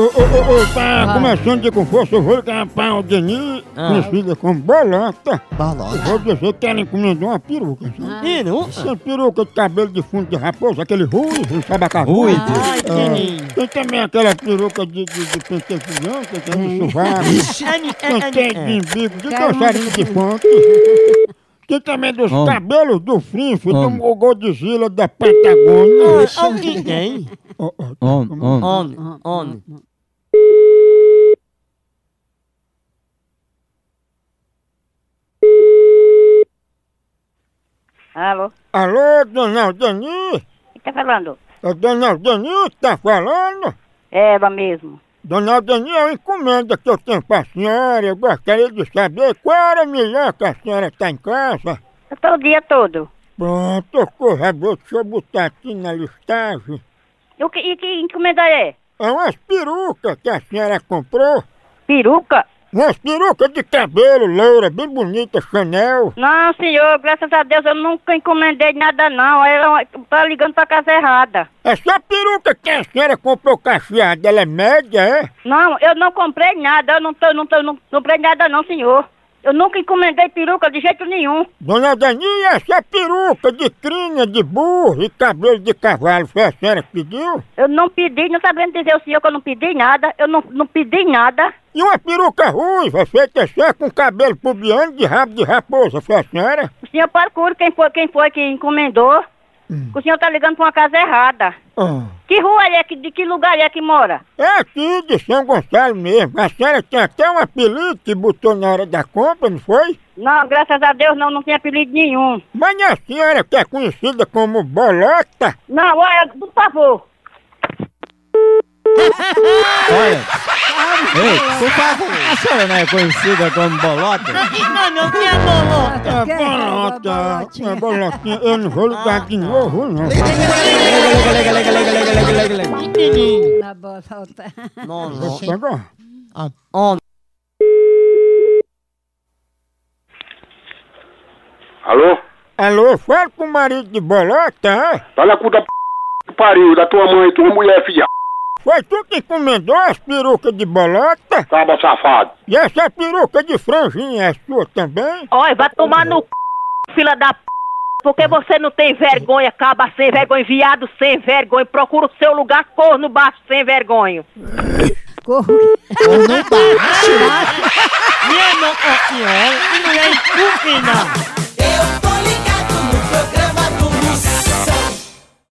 Opa, tá Ah. começando de com força, eu vou ligar pra o Denis, conhecida como Bolota. Eu Balota. vou dizer que ela encomendou uma peruca. sabe? Ah. Ih, não? Essa peruca de cabelo de fundo de raposa, aquele ruim, ruim tabacacu. Ui, Ai, Denis. É, tem também aquela peruca de, de, de pentecilhão, que é tem no sovaco. Ani, É. ani, Cantei de ani. embigo, de Caramba. calçado de funk. Tem também dos Homem. cabelos do frinfo, do Homem. Godzilla, da Patagônia. Ah, Alguém tem? Ó, ó, Homem, homem. On, on. Alô? Alô, Dona Aldeni? Quem tá falando? É Dona Aldeni que tá falando? É ela mesmo. Dona Aldeni, é uma encomenda que eu tenho pra senhora. Eu gostaria de saber qual era a mulher que a senhora tá em casa. Eu tô o dia todo. Pronto, corredor, deixa eu botar aqui na listagem. E, o que, e que encomenda é? É umas perucas que a senhora comprou. Peruca? Umas perucas de cabelo, loura, bem bonita, Chanel. Não, senhor, graças a Deus eu nunca encomendei nada não. Aí Ela tá ligando pra casa errada. É só peruca que a senhora comprou cacheada, ela é média, é? Não, eu não comprei nada. Eu não tô, não tô, não comprei nada não, senhor. Eu nunca encomendei peruca de jeito nenhum. Dona Dani, essa peruca de crina, de burro e cabelo de cavalo foi a senhora que pediu? Eu não pedi, não sabendo dizer ao senhor que eu não pedi nada. Eu não, não pedi nada. E uma peruca ruiva, feita é só com cabelo pubiano de rabo de raposa, foi a senhora? O senhor procura quem foi, quem foi que encomendou. Hum. O senhor tá ligando pra uma casa errada. Ah. Que rua é? Que, de que lugar é que mora? É aqui de São Gonçalo mesmo. A senhora tem até um apelido que botou na hora da compra, não foi? Não, graças a Deus não, não tem apelido nenhum. Mas a senhora que é conhecida como Bolota, Não, olha, por favor. Olha. Ei, por favor. A senhora não é conhecida como Bolota? Não, não, minha bolota. É bolota, é bolotinha. Ah, tá. Eu não vou ligar de novo, não. Lega, lega, lega, lega, lega, lega, lega. La bolota. Non, Vou non. pegar. On. Alô? Alô, fala com o marido de bolota, é? Tá na puta p... que pariu, da tua mãe, tua mulher, filha. Foi tu que encomendou as perucas de bolota? Taba safado. E essa peruca de franjinha é sua também? Olha, vai tomar no c... fila da p... Porque você não tem vergonha, caba sem vergonha, viado sem vergonha. Procura o seu lugar, corno baixo sem vergonha. Ou não tá. Minha nossa senhora, que mulher estúpida. Eu tô